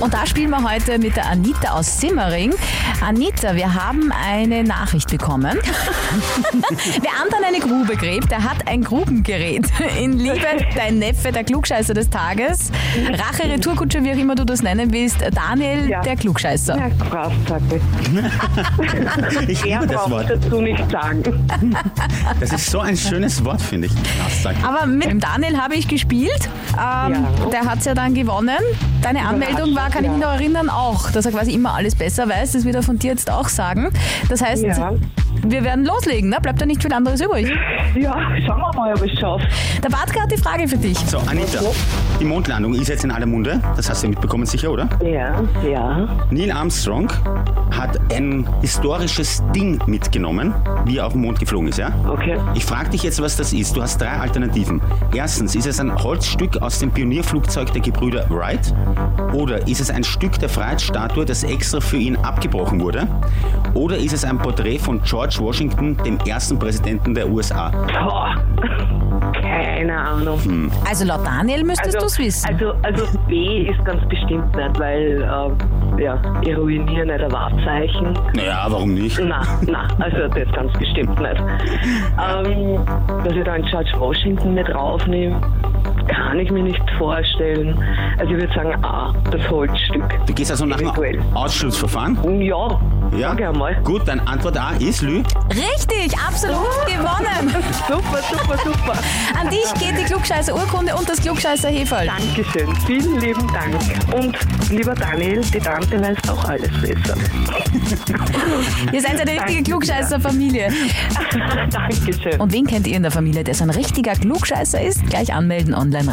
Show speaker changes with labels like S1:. S1: Und da spielen wir heute mit der Anita aus Simmering. Anita, wir haben eine Nachricht bekommen. Wer anderen eine Grube gräbt, der hat ein Grubengerät. In Liebe, dein Neffe, der Klugscheißer des Tages. Rache, Retourkutsche, wie auch immer du das nennen willst. Daniel,
S2: Ja.
S1: der Klugscheißer.
S2: Ja, krass, danke.
S3: Ich
S2: Er
S3: liebe das
S2: braucht
S3: Wort.
S2: dazu nichts sagen.
S3: Das ist so ein schönes Wort, finde ich. Krass,
S1: Aber mit dem Daniel habe ich gespielt. Ähm,
S2: Ja.
S1: Der hat es ja dann gewonnen. Deine Anmeldung war, kann ich mich noch erinnern, auch, dass er quasi immer alles besser weiß. Das wird er von dir jetzt auch sagen. Das heißt,
S2: Ja.
S1: wir werden loslegen. Ne? Bleibt da nicht viel anderes übrig.
S2: Ja, schauen wir mal, ob ich es schaffe.
S1: Der Bartke hat die Frage für dich.
S3: so, Anita, die Mondlandung ist jetzt in aller Munde. Das hast du mitbekommen, sicher, oder?
S2: Ja, ja.
S3: Neil Armstrong hat ein historisches Ding mitgenommen, wie er auf den Mond geflogen ist, ja?
S2: Okay.
S3: Ich frage dich jetzt, was das ist. Du hast drei Alternativen. Erstens, ist es ein Holzstück aus dem Pionierflugzeug der Gebrüder Wright? Oder ist es ein Stück der Freiheitsstatue, das extra für ihn abgebrochen wurde? Oder ist es ein Porträt von George Washington, dem ersten Präsidenten der USA?
S2: Boah. Keine Ahnung.
S1: Also laut Daniel müsstest du es wissen.
S2: Also, also B ist ganz bestimmt nicht, weil äh, ja, ich ruiniere nicht ein Wahrzeichen.
S3: Naja, warum nicht?
S2: Nein, nein, also das ganz bestimmt nicht. Ähm, dass ich dann George Washington mit raufnehme, kann ich mir nicht vorstellen. Also ich würde sagen A, das Holzstück.
S3: Du gehst also nach dem
S2: Eventuell.
S3: Ausschlussverfahren?
S2: Ja,
S3: Ja?
S2: sag ich einmal.
S3: Gut, dann Antwort A ist Lü.
S1: Richtig, absolut gewonnen.
S2: also Super, super, super.
S1: An dich geht die Klugscheißer Urkunde und das Klugscheißer Heferl.
S2: Dankeschön, vielen lieben Dank. Und lieber Daniel, die Tante weiß auch alles besser.
S1: Ihr seid eine richtige
S2: Danke.
S1: Klugscheißer-Familie.
S2: Dankeschön.
S1: Und wen kennt ihr in der Familie, der so ein richtiger Klugscheißer ist? Gleich anmelden online